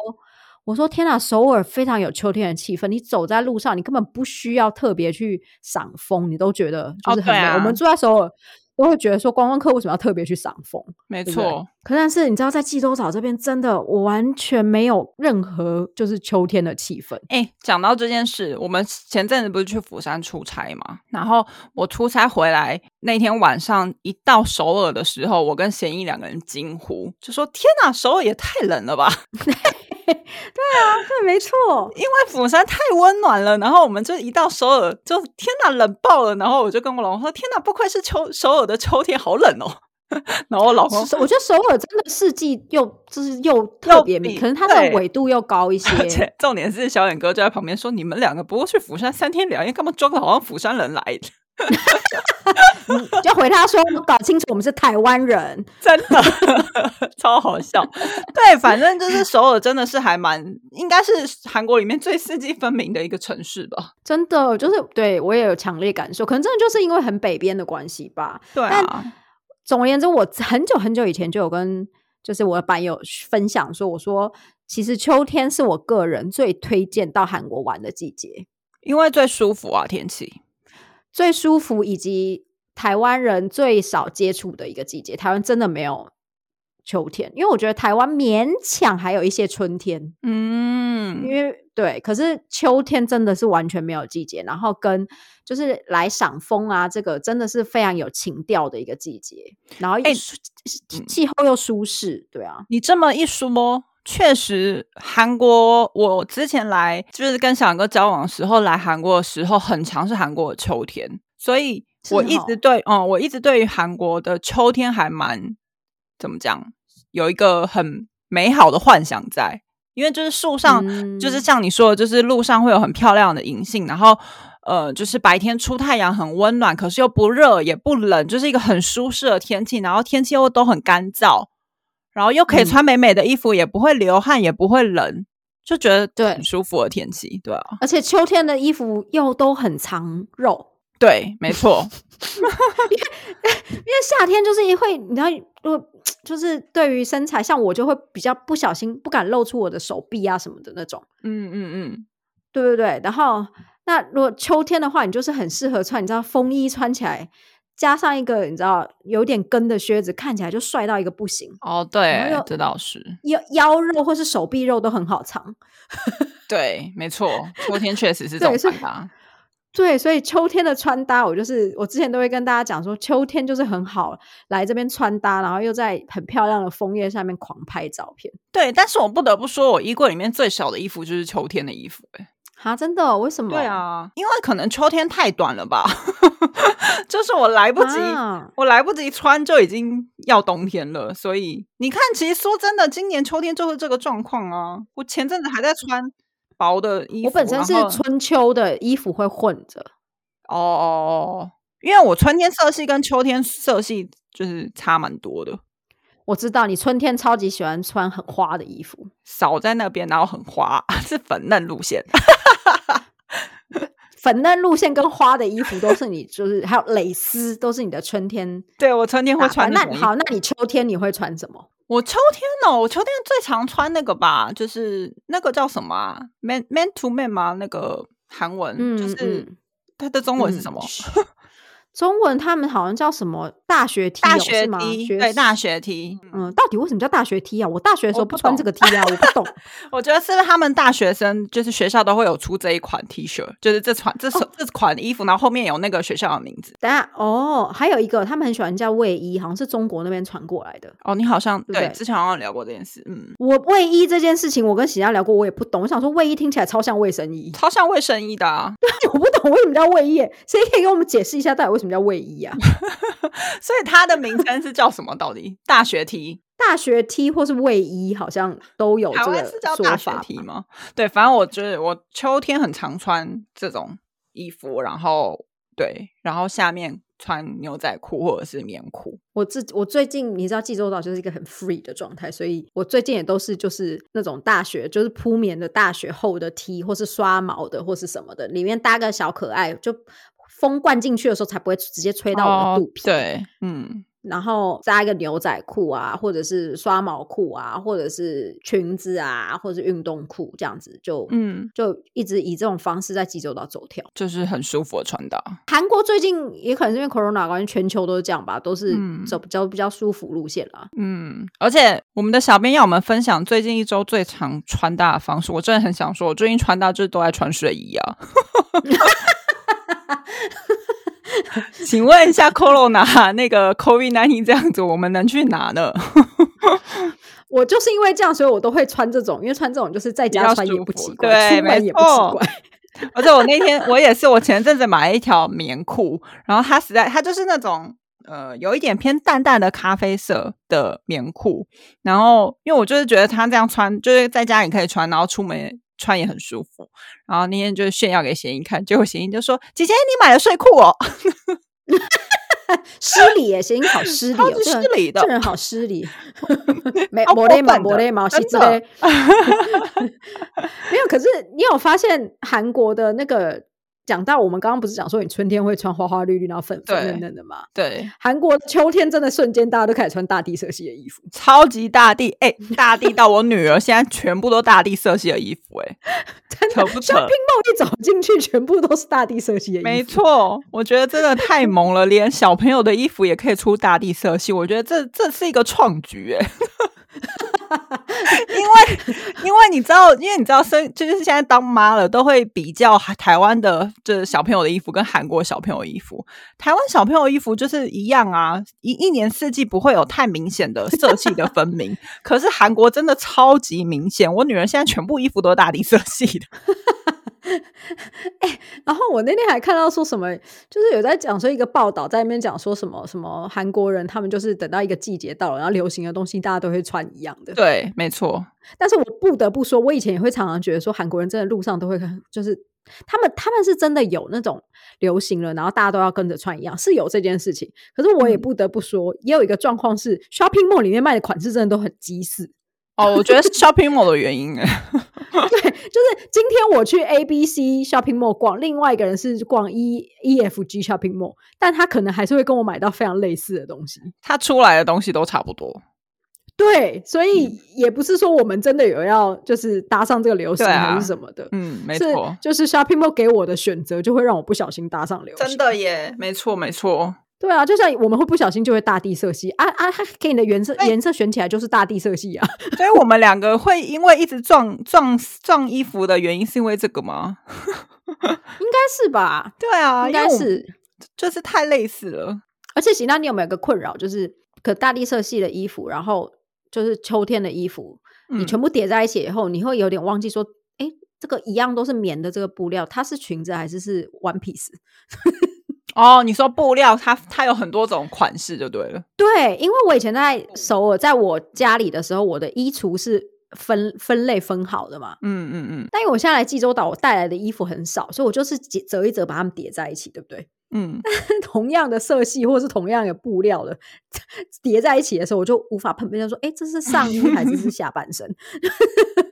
[SPEAKER 3] 我说天哪，首尔非常有秋天的气氛。你走在路上，你根本不需要特别去赏枫，你都觉得就
[SPEAKER 4] 哦
[SPEAKER 3] 是很
[SPEAKER 4] 对
[SPEAKER 3] 美。我
[SPEAKER 4] 啊
[SPEAKER 3] 们住在首尔，都会觉得说观光客为什么要特别去赏枫？
[SPEAKER 4] 没
[SPEAKER 3] 对不对
[SPEAKER 4] 错。
[SPEAKER 3] 可但是你知道，在济州岛这边，真的我完全没有任何就是秋天的气
[SPEAKER 4] [LAUGHS]
[SPEAKER 3] 氛。
[SPEAKER 4] 哎、讲到这件事，我们前阵子不是去釜山出差嘛？然后我出差回来那天晚上，一到首尔的时候，我跟贤一两个人惊呼，就说：“天哪，首尔也太冷了吧！，
[SPEAKER 3] 对，没错
[SPEAKER 4] 因为釜山太温暖了。”然后我们就一到首尔，就天哪，冷爆了。然后我就跟我老公说：“天哪，不愧是秋首尔的秋天，好冷哦。” [LAUGHS] 然后我老公
[SPEAKER 3] 是我觉得首尔真的四季又就是又特别
[SPEAKER 4] 比
[SPEAKER 3] 美，可能它的
[SPEAKER 4] 对
[SPEAKER 3] 纬度又高一些。
[SPEAKER 4] 而且重点是，小远哥就在旁边说：“你们两个不过去釜山三天两夜，干嘛装的好像釜山人来的？
[SPEAKER 3] 嗯就回他说，搞清楚我们是台湾人。
[SPEAKER 4] 真的 [LAUGHS] 超好笑。对，反正就是首尔真的是还蛮，应该是韩国里面最四季分明的一个城市吧。
[SPEAKER 3] 真的就是对我也有强烈感受，可能真的就是因为很北边的关系吧。
[SPEAKER 4] 对啊，
[SPEAKER 3] 总而言之，我很久很久以前就有跟就是我的版友分享说，我说其实秋天是我个人最推荐到韩国玩的季节，
[SPEAKER 4] 因为最舒服啊，天气。
[SPEAKER 3] 最舒服以及台湾人最少接触的一个季节。台湾真的没有秋天，因为我觉得台湾勉强还有一些春天，因
[SPEAKER 4] 嗯，
[SPEAKER 3] 为对，可是秋天真的是完全没有季节，然后跟就是来赏枫啊，这个真的是非常有情调的一个季节，然后又
[SPEAKER 4] 哎
[SPEAKER 3] 舒气气候又舒适，对啊，
[SPEAKER 4] 你这么一说，确实韩国，我之前来就是跟小杨哥交往的时候，来韩国的时候，很长是韩国的秋天，所以
[SPEAKER 3] 是
[SPEAKER 4] 我一
[SPEAKER 3] 哦
[SPEAKER 4] 直对，嗯，我一直对于韩国的秋天还蛮怎么讲，有一个很美好的幻想在，因为就是树上就是
[SPEAKER 3] 嗯
[SPEAKER 4] 像你说的，就是路上会有很漂亮的银杏，然后呃，就是白天出太阳很温暖，可是又不热也不冷，就是一个很舒适的天气，然后天气又都很干燥，然后又可以
[SPEAKER 3] 嗯
[SPEAKER 4] 穿美美的衣服，也不会流汗，也不会冷，就觉得
[SPEAKER 3] 对
[SPEAKER 4] 很舒服的天气，对啊，
[SPEAKER 3] 而且秋天的衣服又都很藏肉，
[SPEAKER 4] 对，没错，
[SPEAKER 3] 因为夏天就是会，你知道，如果就是对于身材，像我就会比较不小心，不敢露出我的手臂啊什么的那种。
[SPEAKER 4] 嗯嗯嗯，
[SPEAKER 3] 对对对，然后那如果秋天的话，你就是很适合穿，你知道风衣穿起来，加上一个你知道有点跟的靴子，看起来就帅到一个不行，
[SPEAKER 4] 哦，
[SPEAKER 3] 然后
[SPEAKER 4] 对
[SPEAKER 3] 又，
[SPEAKER 4] 这倒是，
[SPEAKER 3] 腰腰肉或是手臂肉都很好藏。
[SPEAKER 4] 对，没错，秋天确实是这
[SPEAKER 3] 对
[SPEAKER 4] 种
[SPEAKER 3] 所以
[SPEAKER 4] 穿法， [LAUGHS]
[SPEAKER 3] 对，所以秋天的穿搭，我就是我之前都会跟大家讲说，秋天就是很好来这边穿搭，然后又在很漂亮的枫叶下面狂拍照片。
[SPEAKER 4] 对，但是我不得不说，我衣柜里面最少的衣服就是秋天的衣服、欸，
[SPEAKER 3] 啊，真的哦、为什么？
[SPEAKER 4] 对，啊，因为可能秋天太短了吧， [LAUGHS] 就是我来不及，
[SPEAKER 3] 啊
[SPEAKER 4] 我来不及穿就已经要冬天了。所以你看，其实说真的，今年秋天就是这个状况啊。我前阵子还在穿薄的衣服，
[SPEAKER 3] 我本身
[SPEAKER 4] 然
[SPEAKER 3] 是
[SPEAKER 4] 后
[SPEAKER 3] 春秋的衣服会混着，
[SPEAKER 4] 哦哦哦，因为我春天色系跟秋天色系就是差蛮多的，
[SPEAKER 3] 我知道你春天超级喜欢穿很花的衣服，
[SPEAKER 4] 少在那边，然后很花， [LAUGHS] 是粉嫩路线。 [LAUGHS]
[SPEAKER 3] 粉嫩路线跟花的衣服都是你，就是还有蕾丝都是你的春天
[SPEAKER 4] 对我春天会
[SPEAKER 3] 打
[SPEAKER 4] 穿
[SPEAKER 3] 扮。
[SPEAKER 4] 那
[SPEAKER 3] 啊那你
[SPEAKER 4] 种衣服
[SPEAKER 3] 好，那你秋天你会穿什么？
[SPEAKER 4] 我秋天哦，我秋天最常穿那个吧，就是那个叫什么啊，man man to man 吗？那个韩文、就是
[SPEAKER 3] 嗯
[SPEAKER 4] 它的中文是什么？ [LAUGHS]
[SPEAKER 3] 嗯中文他们好像叫什么大学 T，、哦、
[SPEAKER 4] 大学
[SPEAKER 3] 是吗？
[SPEAKER 4] T，
[SPEAKER 3] 学
[SPEAKER 4] 对，大学 T。
[SPEAKER 3] 嗯，到底为什么叫大学 T 啊？我大学的时
[SPEAKER 4] 我
[SPEAKER 3] 候
[SPEAKER 4] 不
[SPEAKER 3] 不穿这
[SPEAKER 4] 懂
[SPEAKER 3] 个 T 啊，我不
[SPEAKER 4] [LAUGHS]
[SPEAKER 3] 懂。
[SPEAKER 4] 我觉得是不是他们大学生就是学校都会有出这一款 T 恤，就是这款这
[SPEAKER 3] 哦
[SPEAKER 4] 首、这款衣服，然后后面有那个学校的名字。
[SPEAKER 3] 等一下哦，还有一个他们很喜欢叫卫衣，好像是中国那边传过来的。
[SPEAKER 4] 哦，你好像
[SPEAKER 3] 对不
[SPEAKER 4] 对
[SPEAKER 3] 对
[SPEAKER 4] 之前好像有聊过这件事，嗯，
[SPEAKER 3] 我卫衣这件事情，我跟喜佳聊过，我也不懂。我想说卫衣听起来超像卫生衣， [LAUGHS]
[SPEAKER 4] 超像卫生衣的、啊， [LAUGHS]
[SPEAKER 3] 我不懂为什么叫卫衣耶，谁可以给我们解释一下到底为什么叫卫衣啊？ [LAUGHS]
[SPEAKER 4] 所以它的名称是叫什么？到底大学 T
[SPEAKER 3] 大学 T 或是卫衣好像都有
[SPEAKER 4] 台
[SPEAKER 3] 这
[SPEAKER 4] 湾是
[SPEAKER 3] 个
[SPEAKER 4] 叫
[SPEAKER 3] 说
[SPEAKER 4] 大学
[SPEAKER 3] 法
[SPEAKER 4] 体
[SPEAKER 3] 吧。
[SPEAKER 4] 吗？对，反正我就是我秋天很常穿这种衣服，然后对，然后下面穿牛仔裤或者是棉裤。
[SPEAKER 3] 我自我最近你知道济州岛就是一个很 free 的状态，所以我最近也都是就是那种大学就是铺棉的大学厚的 T 或是刷毛的或是什么的，里面搭个小可爱，就风灌进去的时候才不会直接吹到我的肚皮。
[SPEAKER 4] 哦对，嗯，
[SPEAKER 3] 然后扎一个牛仔裤啊，或者是刷毛裤啊，或者是裙子啊，或者是运动裤这样子，就
[SPEAKER 4] 嗯，
[SPEAKER 3] 就一直以这种方式在济州岛走跳。
[SPEAKER 4] 就是很舒服的穿搭。
[SPEAKER 3] 韩国最近也可能是因为 corona 关系，全球都是这样吧，都是
[SPEAKER 4] 嗯
[SPEAKER 3] 走比较比较舒服路线啦。
[SPEAKER 4] 嗯，而且我们的小编要我们分享最近一周最常穿搭的方式，我真的很想说，我最近穿搭就是都在穿睡衣啊。 [LAUGHS] 请问一下 Corona 那个 COVID 1 9这样子，我们能去哪呢？
[SPEAKER 3] 我就是因为这样，所以我都会穿这种，因为穿这种就是在
[SPEAKER 4] 比较
[SPEAKER 3] 家穿也
[SPEAKER 4] 舒
[SPEAKER 3] 不
[SPEAKER 4] 服
[SPEAKER 3] 奇怪，
[SPEAKER 4] 对
[SPEAKER 3] 出门
[SPEAKER 4] 没
[SPEAKER 3] 也不奇
[SPEAKER 4] 错
[SPEAKER 3] 怪。 [LAUGHS]
[SPEAKER 4] 而且我那天我也是，我前阵子买了一条棉裤，然后它实在它就是那种呃有一点偏淡淡的咖啡色的棉裤，然后因为我就是觉得它这样穿，就是在家里可以穿，然后出门也穿也很舒服。然后那天就炫耀给贤英看，结果贤英就说：“姐姐，你买了睡裤
[SPEAKER 3] [LAUGHS]
[SPEAKER 4] 哦，
[SPEAKER 3] 失礼耶，谐音好失礼、
[SPEAKER 4] 超
[SPEAKER 3] 哦，
[SPEAKER 4] 级
[SPEAKER 3] 这
[SPEAKER 4] 失
[SPEAKER 3] 人
[SPEAKER 4] 礼的
[SPEAKER 3] 这人好失
[SPEAKER 4] [LAUGHS]
[SPEAKER 3] 礼。哦没
[SPEAKER 4] 超，
[SPEAKER 3] 我
[SPEAKER 4] 过
[SPEAKER 3] 勒嘛，
[SPEAKER 4] 分的
[SPEAKER 3] 我勒嘛，
[SPEAKER 4] 真
[SPEAKER 3] 是之
[SPEAKER 4] 的
[SPEAKER 3] 类。 [LAUGHS] 没有，可是你有发现韩国的那个讲到我们刚刚不是讲说你春天会穿花花绿绿，然后粉粉嫩
[SPEAKER 4] 对
[SPEAKER 3] 嫩的吗？
[SPEAKER 4] 对，
[SPEAKER 3] 韩国秋天真的瞬间大家都开始穿大地色系的衣服，
[SPEAKER 4] 超级大地，哎、大地到我女儿现在全部都大地色系的衣服、哎，
[SPEAKER 3] 真
[SPEAKER 4] 扯
[SPEAKER 3] 的，
[SPEAKER 4] 不
[SPEAKER 3] shopping
[SPEAKER 4] 扯？
[SPEAKER 3] mall 一走进去全部都是大地色系的衣服，
[SPEAKER 4] 没错，我觉得真的太萌了，连小朋友的衣服也可以出大地色系，我觉得这这是一个创举 [LAUGHS] 哎、因为因为你知道，因为你知道生就是现在当妈了，都会比较台湾的就是小朋友的衣服跟韩国小朋友的衣服。台湾小朋友衣服就是一样啊，一一年四季不会有太明显的色系的分明，可是韩国真的超级明显。我女儿现在全部衣服都是大地色系的，
[SPEAKER 3] 然后我那天还看到说什么，就是有在讲说一个报道在那边讲说什么什么韩国人他们就是等到一个季节到了，然后流行的东西大家都会穿一样的。
[SPEAKER 4] [LAUGHS] 对，没错。
[SPEAKER 3] 但是我不得不说，我以前也会常常觉得说韩国人真的路上都会很就是他们他们是真的有那种流行了，然后大家都要跟着穿一样，是有这件事情。可是我也不得不说，也有一个状况是 shopping mall 里面卖的款式真的都很鸡似。
[SPEAKER 4] 哦，我觉得是 shopping mall 的原因哎。
[SPEAKER 3] [LAUGHS] 对，就是今天我去 A、B、C shopping mall 逛，另外一个人是逛 E、E、F、G shopping mall，但他可能还是会跟我买到非常类似的东西。
[SPEAKER 4] 它出来的东西都差不多。
[SPEAKER 3] 对，所以也不是说我们真的有要就是搭上这个流行
[SPEAKER 4] 对啊
[SPEAKER 3] 还是什么的，
[SPEAKER 4] 嗯，没
[SPEAKER 3] 是
[SPEAKER 4] 错，
[SPEAKER 3] 就是 shopping mall 给我的选择就会让我不小心搭上流行。
[SPEAKER 4] 的耶，没错，没错。
[SPEAKER 3] 对啊，就像我们会不小心就会大地色系啊啊，它给你的颜色
[SPEAKER 4] 哎
[SPEAKER 3] 颜色选起来就是大地色系啊。
[SPEAKER 4] 所以我们两个会因为一直撞撞撞衣服的原因是因为这个吗？
[SPEAKER 3] 应该是吧？
[SPEAKER 4] 对啊
[SPEAKER 3] 应该是。
[SPEAKER 4] 就是太类似了。
[SPEAKER 3] 而且，喜娜，你有没有一个困扰，就是可大地色系的衣服，然后就是秋天的衣服，你
[SPEAKER 4] 嗯
[SPEAKER 3] 全部叠在一起以后，你会有点忘记说，哎、这个一样都是棉的这个布料，它是裙子还是是 one piece？
[SPEAKER 4] 哦，你说布料它它有很多种款式就对了。
[SPEAKER 3] 对，因为我以前在首尔，在我家里的时候，我的衣橱是分分类分好的嘛。
[SPEAKER 4] 嗯嗯嗯
[SPEAKER 3] 但因为我现在来济州岛，我带来的衣服很少，所以我就是折折一折把它们叠在一起，对不对？
[SPEAKER 4] [LAUGHS] 嗯，
[SPEAKER 3] [LAUGHS] 同样的色系或是同样的布料的叠在一起的时候，我就无法判别，说，哎、这是上衣还是是下半身？ [LAUGHS]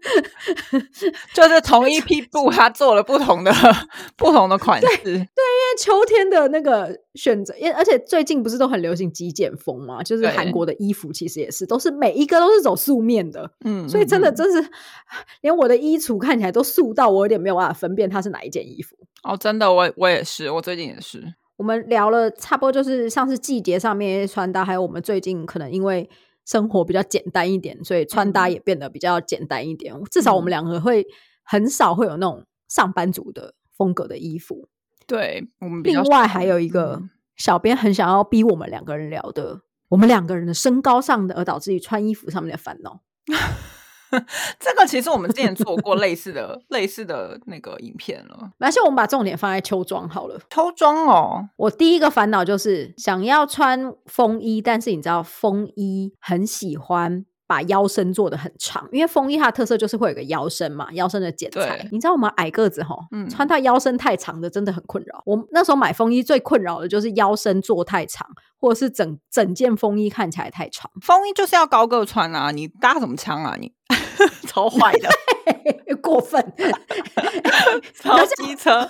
[SPEAKER 4] 就是同一批布，它做了不同的 [LAUGHS] 不同的款式。
[SPEAKER 3] 因为秋天的那个选择，因为而且最近不是都很流行极简风嘛，就是
[SPEAKER 4] 对
[SPEAKER 3] 韩国的衣服其实也是，都是每一个都是走素面的，
[SPEAKER 4] 嗯，
[SPEAKER 3] 所以真的
[SPEAKER 4] 嗯嗯
[SPEAKER 3] 真是 [SIGHS] 连我的衣橱看起来都素到我有点没有办法分辨它是哪一件衣服。
[SPEAKER 4] 哦，真的，我我也是，我最近也是。
[SPEAKER 3] 我们聊了差不多就是像是季节上面一些穿搭，还有我们最近可能因为生活比较简单一点，所以穿
[SPEAKER 4] 嗯
[SPEAKER 3] 搭也变得比较简单一点。至少我们两个会很少会有那种上班族的风格的衣服。
[SPEAKER 4] 对我们比较
[SPEAKER 3] 另外还有一个
[SPEAKER 4] 嗯
[SPEAKER 3] 小编很想要逼我们两个人聊的，我们两个人的身高上的而导致于穿衣服上面的烦恼。
[SPEAKER 4] [LAUGHS] 这个其实我们之前做过类似的类似的那个影片了。
[SPEAKER 3] 而且我们把重点放在秋装好了。
[SPEAKER 4] 偷装哦，
[SPEAKER 3] 我第一个烦恼就是想要穿风衣，但是你知道风衣很喜欢把腰身做的很长，因为风衣它的特色就是会有个腰身嘛，腰身的剪裁
[SPEAKER 4] 对。
[SPEAKER 3] 你知道我们矮个子吼，
[SPEAKER 4] 嗯
[SPEAKER 3] 穿到腰身太长的真的很困扰。我那时候买风衣最困扰的就是腰身做太长，或者是整整件风衣看起来太长， [LAUGHS]
[SPEAKER 4] 风衣就是要高个穿啊，你搭什么枪啊你？ [LAUGHS] 超坏
[SPEAKER 3] [LAUGHS]
[SPEAKER 4] 的，
[SPEAKER 3] 过分。 [LAUGHS]
[SPEAKER 4] 超机车，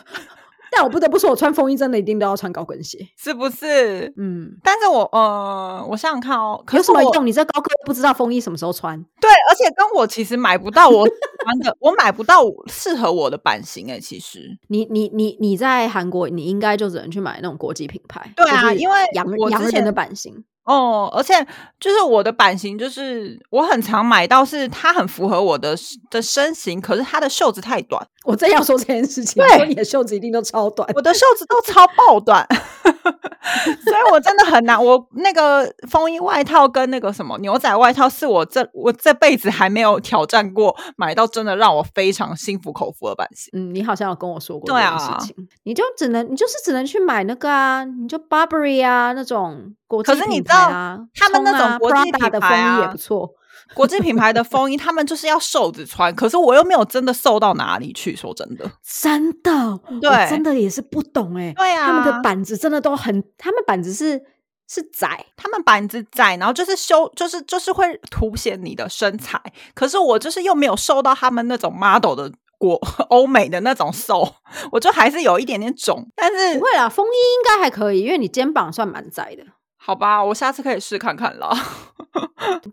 [SPEAKER 3] 但我不得不说，我穿风衣真的一定都要穿高跟鞋。
[SPEAKER 4] 是不是？
[SPEAKER 3] 嗯，
[SPEAKER 4] 但是我呃，我想想看哦，可
[SPEAKER 3] 有
[SPEAKER 4] 是
[SPEAKER 3] 什
[SPEAKER 4] 我
[SPEAKER 3] 么用？你这高跟不知道风衣什么时候穿？
[SPEAKER 4] 对，而且跟我其实买不到我喜欢的，我买不到适合我的版型哎、其实
[SPEAKER 3] 你你你你在韩国，你应该就只能去买那种国际品牌，
[SPEAKER 4] 对啊
[SPEAKER 3] 就是
[SPEAKER 4] 因为
[SPEAKER 3] 洋
[SPEAKER 4] 我之
[SPEAKER 3] 洋人
[SPEAKER 4] 前
[SPEAKER 3] 的版型，
[SPEAKER 4] 哦，而且就是我的版型，就是我很常买到是它很符合我的的身形，可是它的袖子太短，
[SPEAKER 3] 我正要说这件事情，
[SPEAKER 4] 对
[SPEAKER 3] 说你的袖子一定都超短，
[SPEAKER 4] 我的袖子都超爆短，所以我真的很难。我那个风衣外套跟那个什么牛仔外套，是我这我这辈子还没有挑战过买到真的让我非常心服口服的版型。
[SPEAKER 3] 嗯，你好像有跟我说过这
[SPEAKER 4] 对
[SPEAKER 3] 件
[SPEAKER 4] 啊
[SPEAKER 3] 事情，你就只能你就是只能去买那个啊，你就 Burberry 啊那种国际
[SPEAKER 4] 可是你
[SPEAKER 3] 品
[SPEAKER 4] 知
[SPEAKER 3] 牌
[SPEAKER 4] 道
[SPEAKER 3] 啊，
[SPEAKER 4] 他们那
[SPEAKER 3] 冲啊
[SPEAKER 4] 种国际
[SPEAKER 3] Prada 的
[SPEAKER 4] 品牌
[SPEAKER 3] 风衣也
[SPEAKER 4] 啊
[SPEAKER 3] 不错，
[SPEAKER 4] 国际品牌的风衣，他们就是要瘦子穿，可是我又没有真的瘦到哪里去。说真的，
[SPEAKER 3] 真的，我
[SPEAKER 4] 嗯对
[SPEAKER 3] 真的也是不懂哎、
[SPEAKER 4] 对啊
[SPEAKER 3] 他们的板子真的都很，他们板子是是窄，
[SPEAKER 4] 他们板子窄，然后就是修，就是就是会凸显你的身材。可是我就是又没有瘦到他们那种 model 的国 [LAUGHS] 欧美的那种瘦，我就还是有一点点肿。但
[SPEAKER 3] 不
[SPEAKER 4] 是
[SPEAKER 3] 会啦，风衣应该还可以，因为你肩膀算蛮窄的。
[SPEAKER 4] 好吧，我下次可以试看看啦。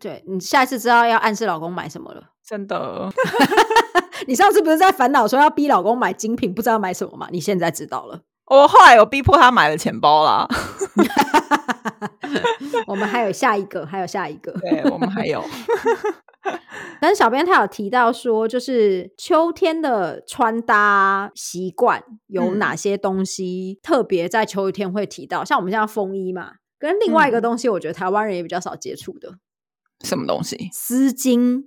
[SPEAKER 3] 对你下一次知道要暗示老公买什么了。
[SPEAKER 4] [LAUGHS] 真的，
[SPEAKER 3] 你上次不是在烦恼说要逼老公买精品，不知道买什么吗？你现在知道了。
[SPEAKER 4] 我后来有逼迫他买了钱包啦。 [LAUGHS]
[SPEAKER 3] 我们还有下一个，还有下一个。
[SPEAKER 4] 对我们还有
[SPEAKER 3] 但是小编他有提到说，就是秋天的穿搭习惯有
[SPEAKER 4] 嗯
[SPEAKER 3] 哪些东西特别在秋天会提到？像我们现在风衣嘛，跟另外一个
[SPEAKER 4] 嗯
[SPEAKER 3] 东西，我觉得台湾人也比较少接触的
[SPEAKER 4] [LAUGHS] 什么东西？
[SPEAKER 3] 丝巾。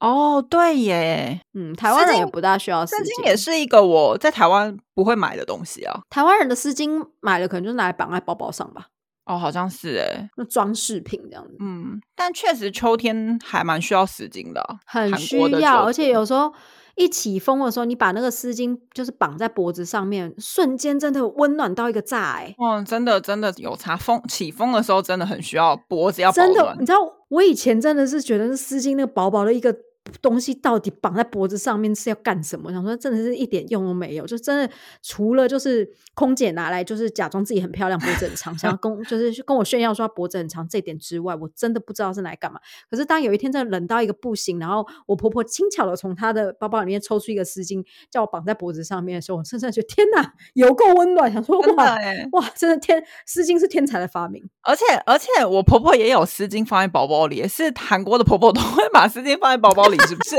[SPEAKER 4] 哦，对耶，
[SPEAKER 3] 嗯，台湾人
[SPEAKER 4] 丝
[SPEAKER 3] 也
[SPEAKER 4] 巾
[SPEAKER 3] 不大需要丝
[SPEAKER 4] 丝巾
[SPEAKER 3] 巾，
[SPEAKER 4] 也哦是一个我在台湾不会买的东西啊。
[SPEAKER 3] 台湾人的丝巾买了可能就是拿来绑在包包上吧，
[SPEAKER 4] 哦，好像是哎，
[SPEAKER 3] 那装饰品这样子。
[SPEAKER 4] 嗯，但确实秋天还蛮需要丝巾的啊、
[SPEAKER 3] 很
[SPEAKER 4] 韩
[SPEAKER 3] 需
[SPEAKER 4] 国的
[SPEAKER 3] 要，
[SPEAKER 4] 秋
[SPEAKER 3] 而且
[SPEAKER 4] 天
[SPEAKER 3] 有时候一起风的时候，你把那个丝巾就是绑在脖子上面，瞬间真的温暖到一个炸哎、
[SPEAKER 4] 嗯，真的真的有差。风起风的时候真的很需要脖子要保
[SPEAKER 3] 真的
[SPEAKER 4] 暖，
[SPEAKER 3] 你知道我以前真的是觉得那丝巾那个薄薄的一个东西到底绑在脖子上面是要干什么？想说真的是一点用都没有，就真的除了就是空姐拿来就是假装自己很漂亮，脖子很长，想
[SPEAKER 4] [LAUGHS]
[SPEAKER 3] 要跟就是跟我炫耀说她脖子很长这一点之外，我真的不知道是拿来干嘛。可是当有一天真的冷到一个不行，然后我婆婆轻巧的从她的包包里面抽出一个丝巾，叫我绑在脖子上面的时候，我深深地觉得天哪，有够温暖，想说
[SPEAKER 4] 真的
[SPEAKER 3] 哇
[SPEAKER 4] 哎。
[SPEAKER 3] 哇，真的天丝巾是天才的发明。
[SPEAKER 4] 而且而且我婆婆也有丝巾放在包包里，是韩国的婆婆都会把丝巾放在包包里，是不是？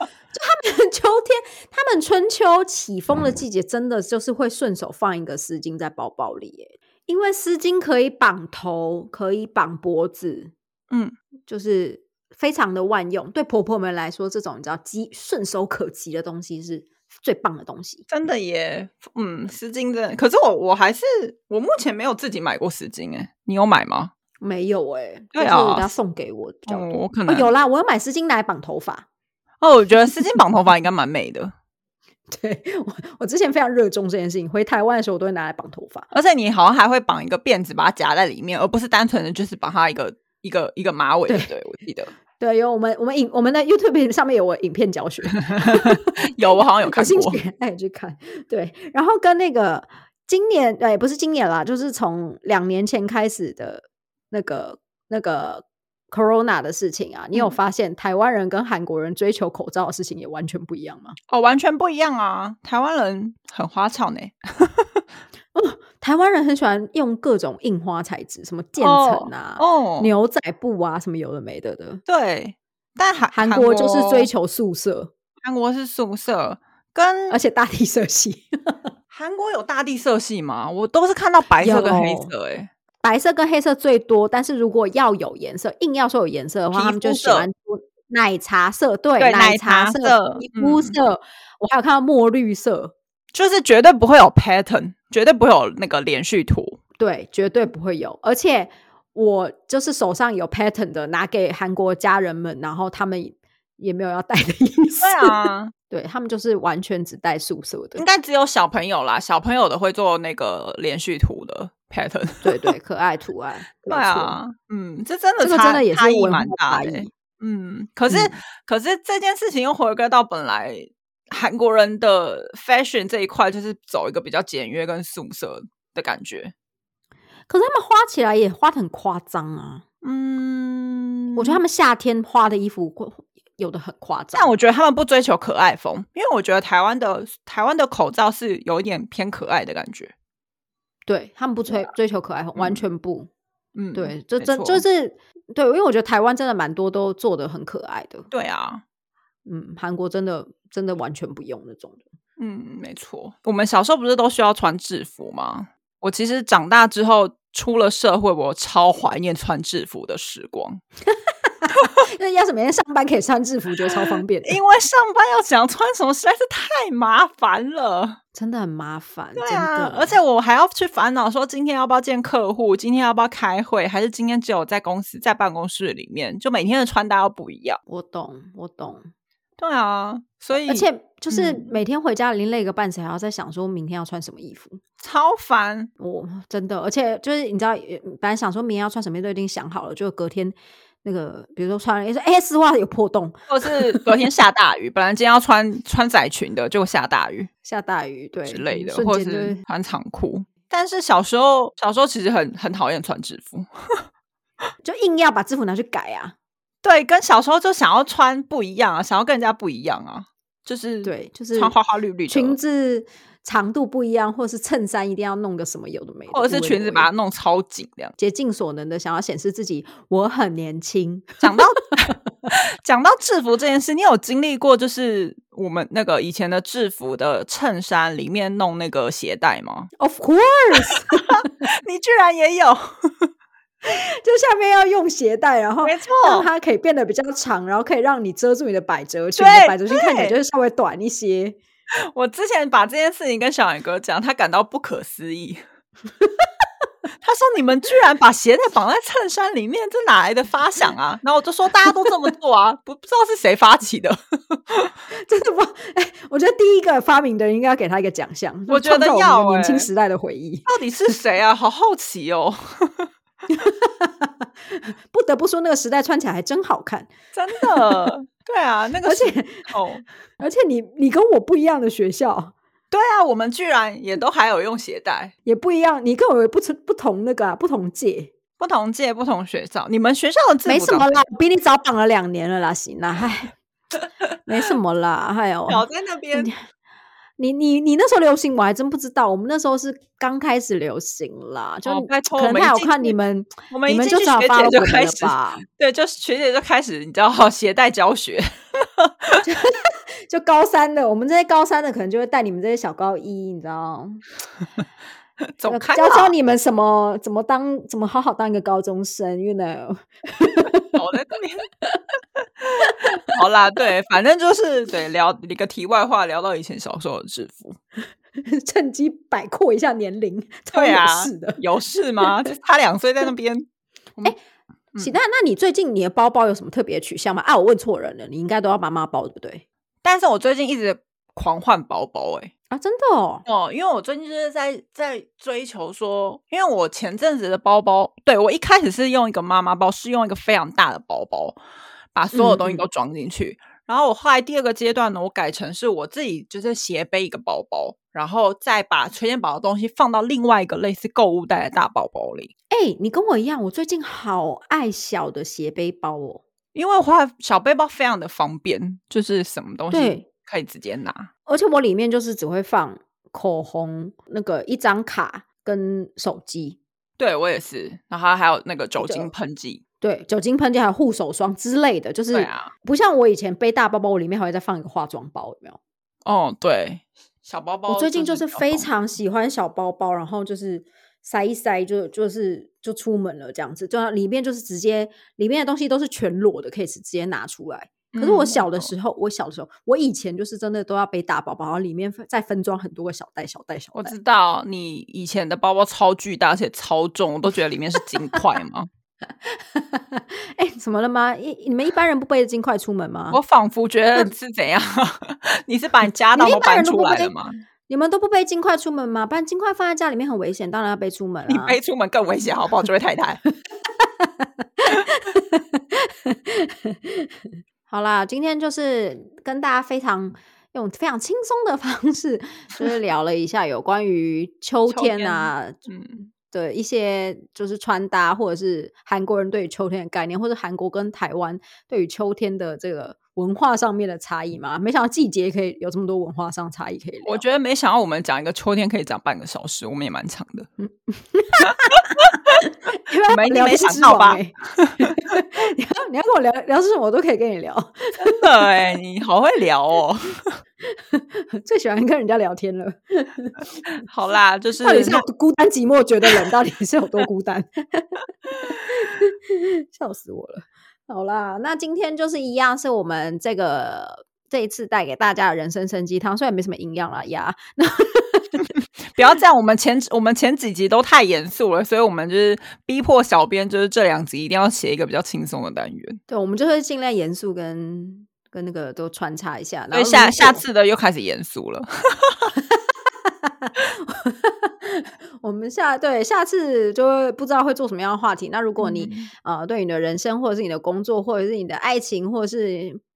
[SPEAKER 3] [LAUGHS] 秋天，他们春秋起风的季节，真的就是会顺手放一个丝巾在包包里耶，因为丝巾可以绑头，可以绑脖子，
[SPEAKER 4] 嗯，
[SPEAKER 3] 就是非常的万用。对婆婆们来说，这种你知道及顺手可及的东西是最棒的东西。
[SPEAKER 4] 真的耶，嗯，丝巾真的。可是我我还是我目前没有自己买过丝巾，哎，你有买吗？
[SPEAKER 3] 没有哎，就
[SPEAKER 4] 对
[SPEAKER 3] 是人
[SPEAKER 4] 啊
[SPEAKER 3] 家送给我比较
[SPEAKER 4] 哦
[SPEAKER 3] 多。
[SPEAKER 4] 我可
[SPEAKER 3] 哦
[SPEAKER 4] 能
[SPEAKER 3] 有啦，我要买丝巾拿来绑头发。 [LAUGHS]
[SPEAKER 4] 哦，我觉得丝巾绑头发应该蛮美的，
[SPEAKER 3] 对我，我之前非常热衷这件事情，回台湾的时候我都会拿来绑头发。
[SPEAKER 4] 而且你好像还会绑一个辫子把它夹在里面，而不是单纯的就是绑它一个一个一个马尾，对不对？我记得 [LAUGHS]
[SPEAKER 3] 对，有我们我们影我们的 YouTube 上面有我影片教学。
[SPEAKER 4] 有，我好像有
[SPEAKER 3] 有
[SPEAKER 4] 看
[SPEAKER 3] 兴
[SPEAKER 4] 过。
[SPEAKER 3] 趣那你去看。对，然后跟那个今年，呃，也不是今年啦，就是从两年前开始的那个那个 Corona 的事情啊，你有
[SPEAKER 4] 嗯
[SPEAKER 3] 发现台湾人跟韩国人追求口罩的事情也完全不一样吗？
[SPEAKER 4] 哦，完全不一样啊！台湾人很花俏呢，
[SPEAKER 3] 台湾人很喜欢用各种印花材质，什么渐层啊、
[SPEAKER 4] 哦，
[SPEAKER 3] 牛仔布啊，什么有的没的的。
[SPEAKER 4] 对，但韩
[SPEAKER 3] 韩国就是追，求素色，
[SPEAKER 4] 韩国是宿舍，跟
[SPEAKER 3] 而且大地色系，
[SPEAKER 4] 韩国有大地色系吗？我都是看到白色跟黑色、欸，
[SPEAKER 3] 白色跟黑色最多，但是如果要有颜色，硬要说有颜色的话，
[SPEAKER 4] 皮
[SPEAKER 3] 他们就
[SPEAKER 4] 肤
[SPEAKER 3] 喜
[SPEAKER 4] 色
[SPEAKER 3] 欢做奶茶色，对，
[SPEAKER 4] 对
[SPEAKER 3] 奶
[SPEAKER 4] 奶
[SPEAKER 3] 茶
[SPEAKER 4] 茶
[SPEAKER 3] 色、
[SPEAKER 4] 色
[SPEAKER 3] 皮肤
[SPEAKER 4] 嗯
[SPEAKER 3] 色，我还有看到墨绿色，
[SPEAKER 4] 就是绝对不会有 pattern，绝对不会有那个连续图。
[SPEAKER 3] 对，绝对不会有，而且我就是手上有 pattern 的，拿给韩国家人们，然后他们也没有要戴的意思，
[SPEAKER 4] 对 [LAUGHS] 啊，
[SPEAKER 3] 对他们就是完全只戴素色的
[SPEAKER 4] [LAUGHS] 应，该只有小朋友啦，小朋友的会做那个连续图的 pattern。
[SPEAKER 3] 对对，可爱图案，没
[SPEAKER 4] 对啊，嗯，这真
[SPEAKER 3] 错，
[SPEAKER 4] 的
[SPEAKER 3] 这个
[SPEAKER 4] 差
[SPEAKER 3] 真的也是
[SPEAKER 4] 差异
[SPEAKER 3] 文化
[SPEAKER 4] 蛮大
[SPEAKER 3] 差
[SPEAKER 4] 的欸、
[SPEAKER 3] 异，
[SPEAKER 4] 嗯，可是、
[SPEAKER 3] 嗯
[SPEAKER 4] 可是这件事情又回归到本来韩国人的 fashion 这一块，就是走一个比较简约跟素色的感觉。
[SPEAKER 3] 可是他们花起来也花的很夸张啊。
[SPEAKER 4] 嗯
[SPEAKER 3] 我觉得他们夏天花的衣服会有的很夸张，
[SPEAKER 4] 但我觉得他们不追求可爱风，因为我觉得台湾的台湾的口罩是有一点偏可爱的感觉。
[SPEAKER 3] 对他们不追追求可爱，完
[SPEAKER 4] 嗯
[SPEAKER 3] 全不
[SPEAKER 4] 嗯，
[SPEAKER 3] 对，就
[SPEAKER 4] 没
[SPEAKER 3] 真
[SPEAKER 4] 错
[SPEAKER 3] 就是对，因为我觉得台湾真的蛮多都做的很可爱的，
[SPEAKER 4] 对啊，
[SPEAKER 3] 嗯，韩国真的真的完全不用那种的， [LAUGHS]
[SPEAKER 4] 嗯，没错。我们小时候不是都需要穿制服吗？我其实长大之后出了社会，我超怀念穿制服的时光，
[SPEAKER 3] 那要是每天上班可以穿制服，觉得超方便的，
[SPEAKER 4] 因为上班要想穿什么实在是太麻烦了。
[SPEAKER 3] 真的很麻烦，
[SPEAKER 4] 对
[SPEAKER 3] 真
[SPEAKER 4] 啊
[SPEAKER 3] 的，
[SPEAKER 4] 而且我还要去烦恼说今天要不要见客户，今天要不要开会，还是今天只有在公司在办公室里面，就每天的穿搭要不一样。
[SPEAKER 3] 我懂我懂，
[SPEAKER 4] 对啊，所以
[SPEAKER 3] 而且就是
[SPEAKER 4] 嗯
[SPEAKER 3] 每天回家已经累个半死，还要在想说明天要穿什么衣服，
[SPEAKER 4] 超烦。
[SPEAKER 3] 嗯我真的，而且就是你知道，呃本来想说明天要穿什么，都已经想好了，就隔天那个，比如说穿了一说，哎、丝袜有破洞，
[SPEAKER 4] 或是昨天下大雨，本来今天要穿穿窄裙的，结果下大雨
[SPEAKER 3] 下大雨，对
[SPEAKER 4] 之类的，
[SPEAKER 3] 瞬
[SPEAKER 4] 或
[SPEAKER 3] 间就
[SPEAKER 4] 是
[SPEAKER 3] 会
[SPEAKER 4] 穿长裤。但是小时候，小时候其实很很讨厌穿制服，
[SPEAKER 3] 就硬要把制服拿去改啊，
[SPEAKER 4] 对，跟小时候就想要穿不一样啊，想要跟人家不一样啊，就是
[SPEAKER 3] 对，就是
[SPEAKER 4] 穿花花绿绿的
[SPEAKER 3] 裙子长度不一样，或是衬衫一定要弄个什么有的没的，
[SPEAKER 4] 或者是
[SPEAKER 3] 无为
[SPEAKER 4] 裙
[SPEAKER 3] 而
[SPEAKER 4] 子
[SPEAKER 3] 为
[SPEAKER 4] 把它弄超紧这样。
[SPEAKER 3] 竭尽所能的想要显示自己我很年轻，
[SPEAKER 4] 讲到讲到制服这件事，你有经历过就是我们那个以前的制服的衬衫里面弄那个鞋带吗？ [LAUGHS]
[SPEAKER 3] Of course， [LAUGHS]
[SPEAKER 4] 你居然也有，
[SPEAKER 3] 就下面要用鞋带，然后
[SPEAKER 4] 没错 [LAUGHS]
[SPEAKER 3] 让它可以变得比较长，然后可以让你遮住你的百褶裙，
[SPEAKER 4] 对
[SPEAKER 3] 你的百褶裙看起来就
[SPEAKER 4] 对
[SPEAKER 3] 是稍微短一些。 [LAUGHS]
[SPEAKER 4] 我之前把这件事情跟小远哥讲，他感到不可思议。 [LAUGHS] 他说：“你们居然把鞋带绑在衬衫里面，这哪来的发想啊？”然后我就说：“大家都这么做啊，不不知道是谁发起的。
[SPEAKER 3] 真的不，哎、我觉得第一个发明的人应该要给他一个奖项，
[SPEAKER 4] 我觉得
[SPEAKER 3] 创造
[SPEAKER 4] 要
[SPEAKER 3] 我们年轻
[SPEAKER 4] 哎
[SPEAKER 3] 时代的回忆。
[SPEAKER 4] 到底是谁啊？好好奇哦，
[SPEAKER 3] 不得不说，那个时代穿起来还真好看。
[SPEAKER 4] 真的。对啊，那个
[SPEAKER 3] 而
[SPEAKER 4] 是
[SPEAKER 3] 且
[SPEAKER 4] 哦，
[SPEAKER 3] 而且你你跟我不一样的学校
[SPEAKER 4] 对啊，我们居然也都还有用鞋带。”
[SPEAKER 3] 也不一样，你跟我也不同不同那个、啊、不同届，
[SPEAKER 4] 不同届、不同学校，你们学校的制服
[SPEAKER 3] 没什
[SPEAKER 4] 长
[SPEAKER 3] 么啦，我比你早绑了两年了啦，行啦，
[SPEAKER 4] [LAUGHS]
[SPEAKER 3] 嗨，没什么啦，哎呦，
[SPEAKER 4] 表在那边，
[SPEAKER 3] 你你你那时候流行，我还真不知道。我们那时候是刚开始流行啦，就
[SPEAKER 4] 哦
[SPEAKER 3] 你
[SPEAKER 4] 拜托
[SPEAKER 3] 可能
[SPEAKER 4] 我们
[SPEAKER 3] 他
[SPEAKER 4] 一
[SPEAKER 3] 有
[SPEAKER 4] 进
[SPEAKER 3] 看
[SPEAKER 4] 去
[SPEAKER 3] 你们，
[SPEAKER 4] 我们
[SPEAKER 3] 你
[SPEAKER 4] 一
[SPEAKER 3] 们
[SPEAKER 4] 进
[SPEAKER 3] 就
[SPEAKER 4] 去
[SPEAKER 3] 早
[SPEAKER 4] 学
[SPEAKER 3] 发
[SPEAKER 4] 姐
[SPEAKER 3] 了
[SPEAKER 4] 就
[SPEAKER 3] 我
[SPEAKER 4] 开
[SPEAKER 3] 们了
[SPEAKER 4] 始
[SPEAKER 3] 吧？
[SPEAKER 4] 对，就是学姐就开始，你知道 [LAUGHS] 鞋带教学，
[SPEAKER 3] 就高三的，我们这些高三的可能就会带你们这些小高一，你知道，
[SPEAKER 4] 走
[SPEAKER 3] 要
[SPEAKER 4] 开
[SPEAKER 3] 呃教教
[SPEAKER 4] 啦！
[SPEAKER 3] 你们什么怎么当怎么好好当一个高中生，you know？
[SPEAKER 4] 我在这边。好啦，对，反正就是对聊一个题外话，聊到以前小时候的制服，
[SPEAKER 3] 趁机摆阔一下年龄，超
[SPEAKER 4] 对
[SPEAKER 3] 有
[SPEAKER 4] 啊
[SPEAKER 3] 事的。
[SPEAKER 4] 有事吗？就差两岁在那边，嗯
[SPEAKER 3] 喜、蛋，那你最近你的包包有什么特别取向吗？啊，我问错人了，你应该都要妈妈包对不对？
[SPEAKER 4] [LAUGHS] 但是我最近一直狂换包包、欸，
[SPEAKER 3] 啊，真的哦，
[SPEAKER 4] 哦，因为我最近就是在在追求说，因为我前阵子的包包，对我一开始是用一个妈妈包，是用一个非常大的包包，把所有东西
[SPEAKER 3] 嗯嗯
[SPEAKER 4] 都装进去。然后我后来第二个阶段呢，我改成是我自己就是斜背一个包包，然后再把垂肩宝的东西放到另外一个类似购物袋的大包包里。
[SPEAKER 3] 哎、你跟我一样，我最近好爱小的斜背包哦。
[SPEAKER 4] 因为我后来小背包非常的方便，就是什么东西
[SPEAKER 3] 对
[SPEAKER 4] 可以直接拿。
[SPEAKER 3] 而且我里面就是只会放口红、那个一张卡跟手机，
[SPEAKER 4] 对我也是，然后还有那个酒
[SPEAKER 3] 这个
[SPEAKER 4] 精喷剂。
[SPEAKER 3] 对，酒精喷剂还有护手霜之类的，就是、
[SPEAKER 4] 对啊，
[SPEAKER 3] 不像我以前背大包包，我里面还会再放一个化妆包，有没有？
[SPEAKER 4] 哦，对，小包包
[SPEAKER 3] 我最近就是
[SPEAKER 4] 比较
[SPEAKER 3] 非
[SPEAKER 4] 方便
[SPEAKER 3] 常喜欢小包包，然后就是塞一塞就就是就出门了这样子，就里面就是直接里面的东西都是全裸的，可以直接拿出来。可是
[SPEAKER 4] 嗯
[SPEAKER 3] 我
[SPEAKER 4] 我
[SPEAKER 3] 小的
[SPEAKER 4] 懂
[SPEAKER 3] 时候，我小的时候，我以前就是真的都要背大包包，然后里面再分装很多个小袋、小袋、小
[SPEAKER 4] 我
[SPEAKER 3] 袋
[SPEAKER 4] 知。道你以前的包包超巨大，而且超重，我都觉得里面是金
[SPEAKER 3] [LAUGHS]
[SPEAKER 4] 块嘛。
[SPEAKER 3] 哎、怎么了吗？一你们一般人不背着金块出门吗？
[SPEAKER 4] 我仿佛觉得是怎样， [LAUGHS] 你是把你家当
[SPEAKER 3] 你
[SPEAKER 4] 都
[SPEAKER 3] 一般
[SPEAKER 4] 搬
[SPEAKER 3] 人都
[SPEAKER 4] 出
[SPEAKER 3] 不
[SPEAKER 4] 来
[SPEAKER 3] 背
[SPEAKER 4] 了吗？
[SPEAKER 3] 你们都不背金块出门吗？不然金块放在家里面很危险，当然要背出门
[SPEAKER 4] 你
[SPEAKER 3] 啊。
[SPEAKER 4] 背出门更危险，好不好？这位太太，
[SPEAKER 3] [LAUGHS] 好啦，今天就是跟大家非常用非常轻松的 [LAUGHS] 方式，就是聊了一下有关于秋
[SPEAKER 4] 秋
[SPEAKER 3] 天啊
[SPEAKER 4] 嗯，
[SPEAKER 3] 的一些就是穿搭，或者是韩国人对于秋天的概念，或者韩国跟台湾对于秋天的这个文化上面的差异嘛。没想到季节可以有这么多文化上差异可以聊。
[SPEAKER 4] 我觉得没想到我们讲一个秋天可以讲半个小时，我们也蛮长
[SPEAKER 3] [LAUGHS]
[SPEAKER 4] 的。
[SPEAKER 3] 因为
[SPEAKER 4] 你们一定
[SPEAKER 3] 聊
[SPEAKER 4] 没
[SPEAKER 3] 天
[SPEAKER 4] 想
[SPEAKER 3] 之
[SPEAKER 4] 到
[SPEAKER 3] 王
[SPEAKER 4] 吧
[SPEAKER 3] 欸 [LAUGHS] 你要你要跟我聊聊什么，我都可以跟你聊。
[SPEAKER 4] 对，你好会聊
[SPEAKER 3] [LAUGHS]
[SPEAKER 4] 哦。
[SPEAKER 3] 最喜欢跟人家聊天了。
[SPEAKER 4] 好啦，就
[SPEAKER 3] [LAUGHS]
[SPEAKER 4] 是
[SPEAKER 3] 到底是
[SPEAKER 4] 那
[SPEAKER 3] 有多孤单寂寞觉得冷，到底是有多孤单？ [LAUGHS] 笑死我了！好啦，那今天就是一样，是我们这个这一次带给大家的人生生鸡汤，虽然没什么营养啦呀，
[SPEAKER 4] 不要这样，我们前我们前几集都太严肃了，所以我们就是逼迫小编，就是这两集一定要写一个比较轻松的单元。
[SPEAKER 3] 对，我们就会尽量严肃跟跟那个都穿插一下，
[SPEAKER 4] 所
[SPEAKER 3] 然
[SPEAKER 4] 以
[SPEAKER 3] 后
[SPEAKER 4] 下
[SPEAKER 3] 如
[SPEAKER 4] 下
[SPEAKER 3] 果
[SPEAKER 4] 次的又开始严肃了。
[SPEAKER 3] 我们下对下次就会不知道会做什么样的话题。那如果
[SPEAKER 4] [LAUGHS]
[SPEAKER 3] 你、呃对你的人生，或者是你的工作，或者是你的爱情，或者是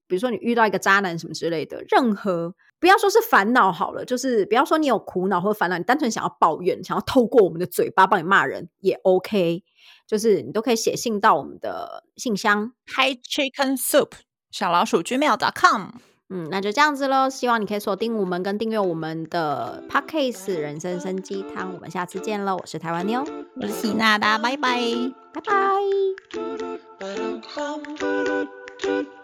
[SPEAKER 3] 比如说你遇到一个渣男什么之类的，任何不要说是烦恼好了，就是不要说你有苦恼或烦恼，你单纯想要抱怨，想要透过我们的嘴巴帮你骂人也 OK，就是你都可以写信到我们的信箱。
[SPEAKER 4] Hi Chicken Soup 小老鼠 gmail.com，
[SPEAKER 3] 嗯，那就这样子喽。希望你可以锁定我们跟订阅我们的 Podcast 人生生鸡汤。我们下次见喽！我是台湾妞，
[SPEAKER 2] 我是喜娜，大家拜拜。
[SPEAKER 3] 拜拜。
[SPEAKER 1] Ba-dum-bum, doo-doo, doo-doo.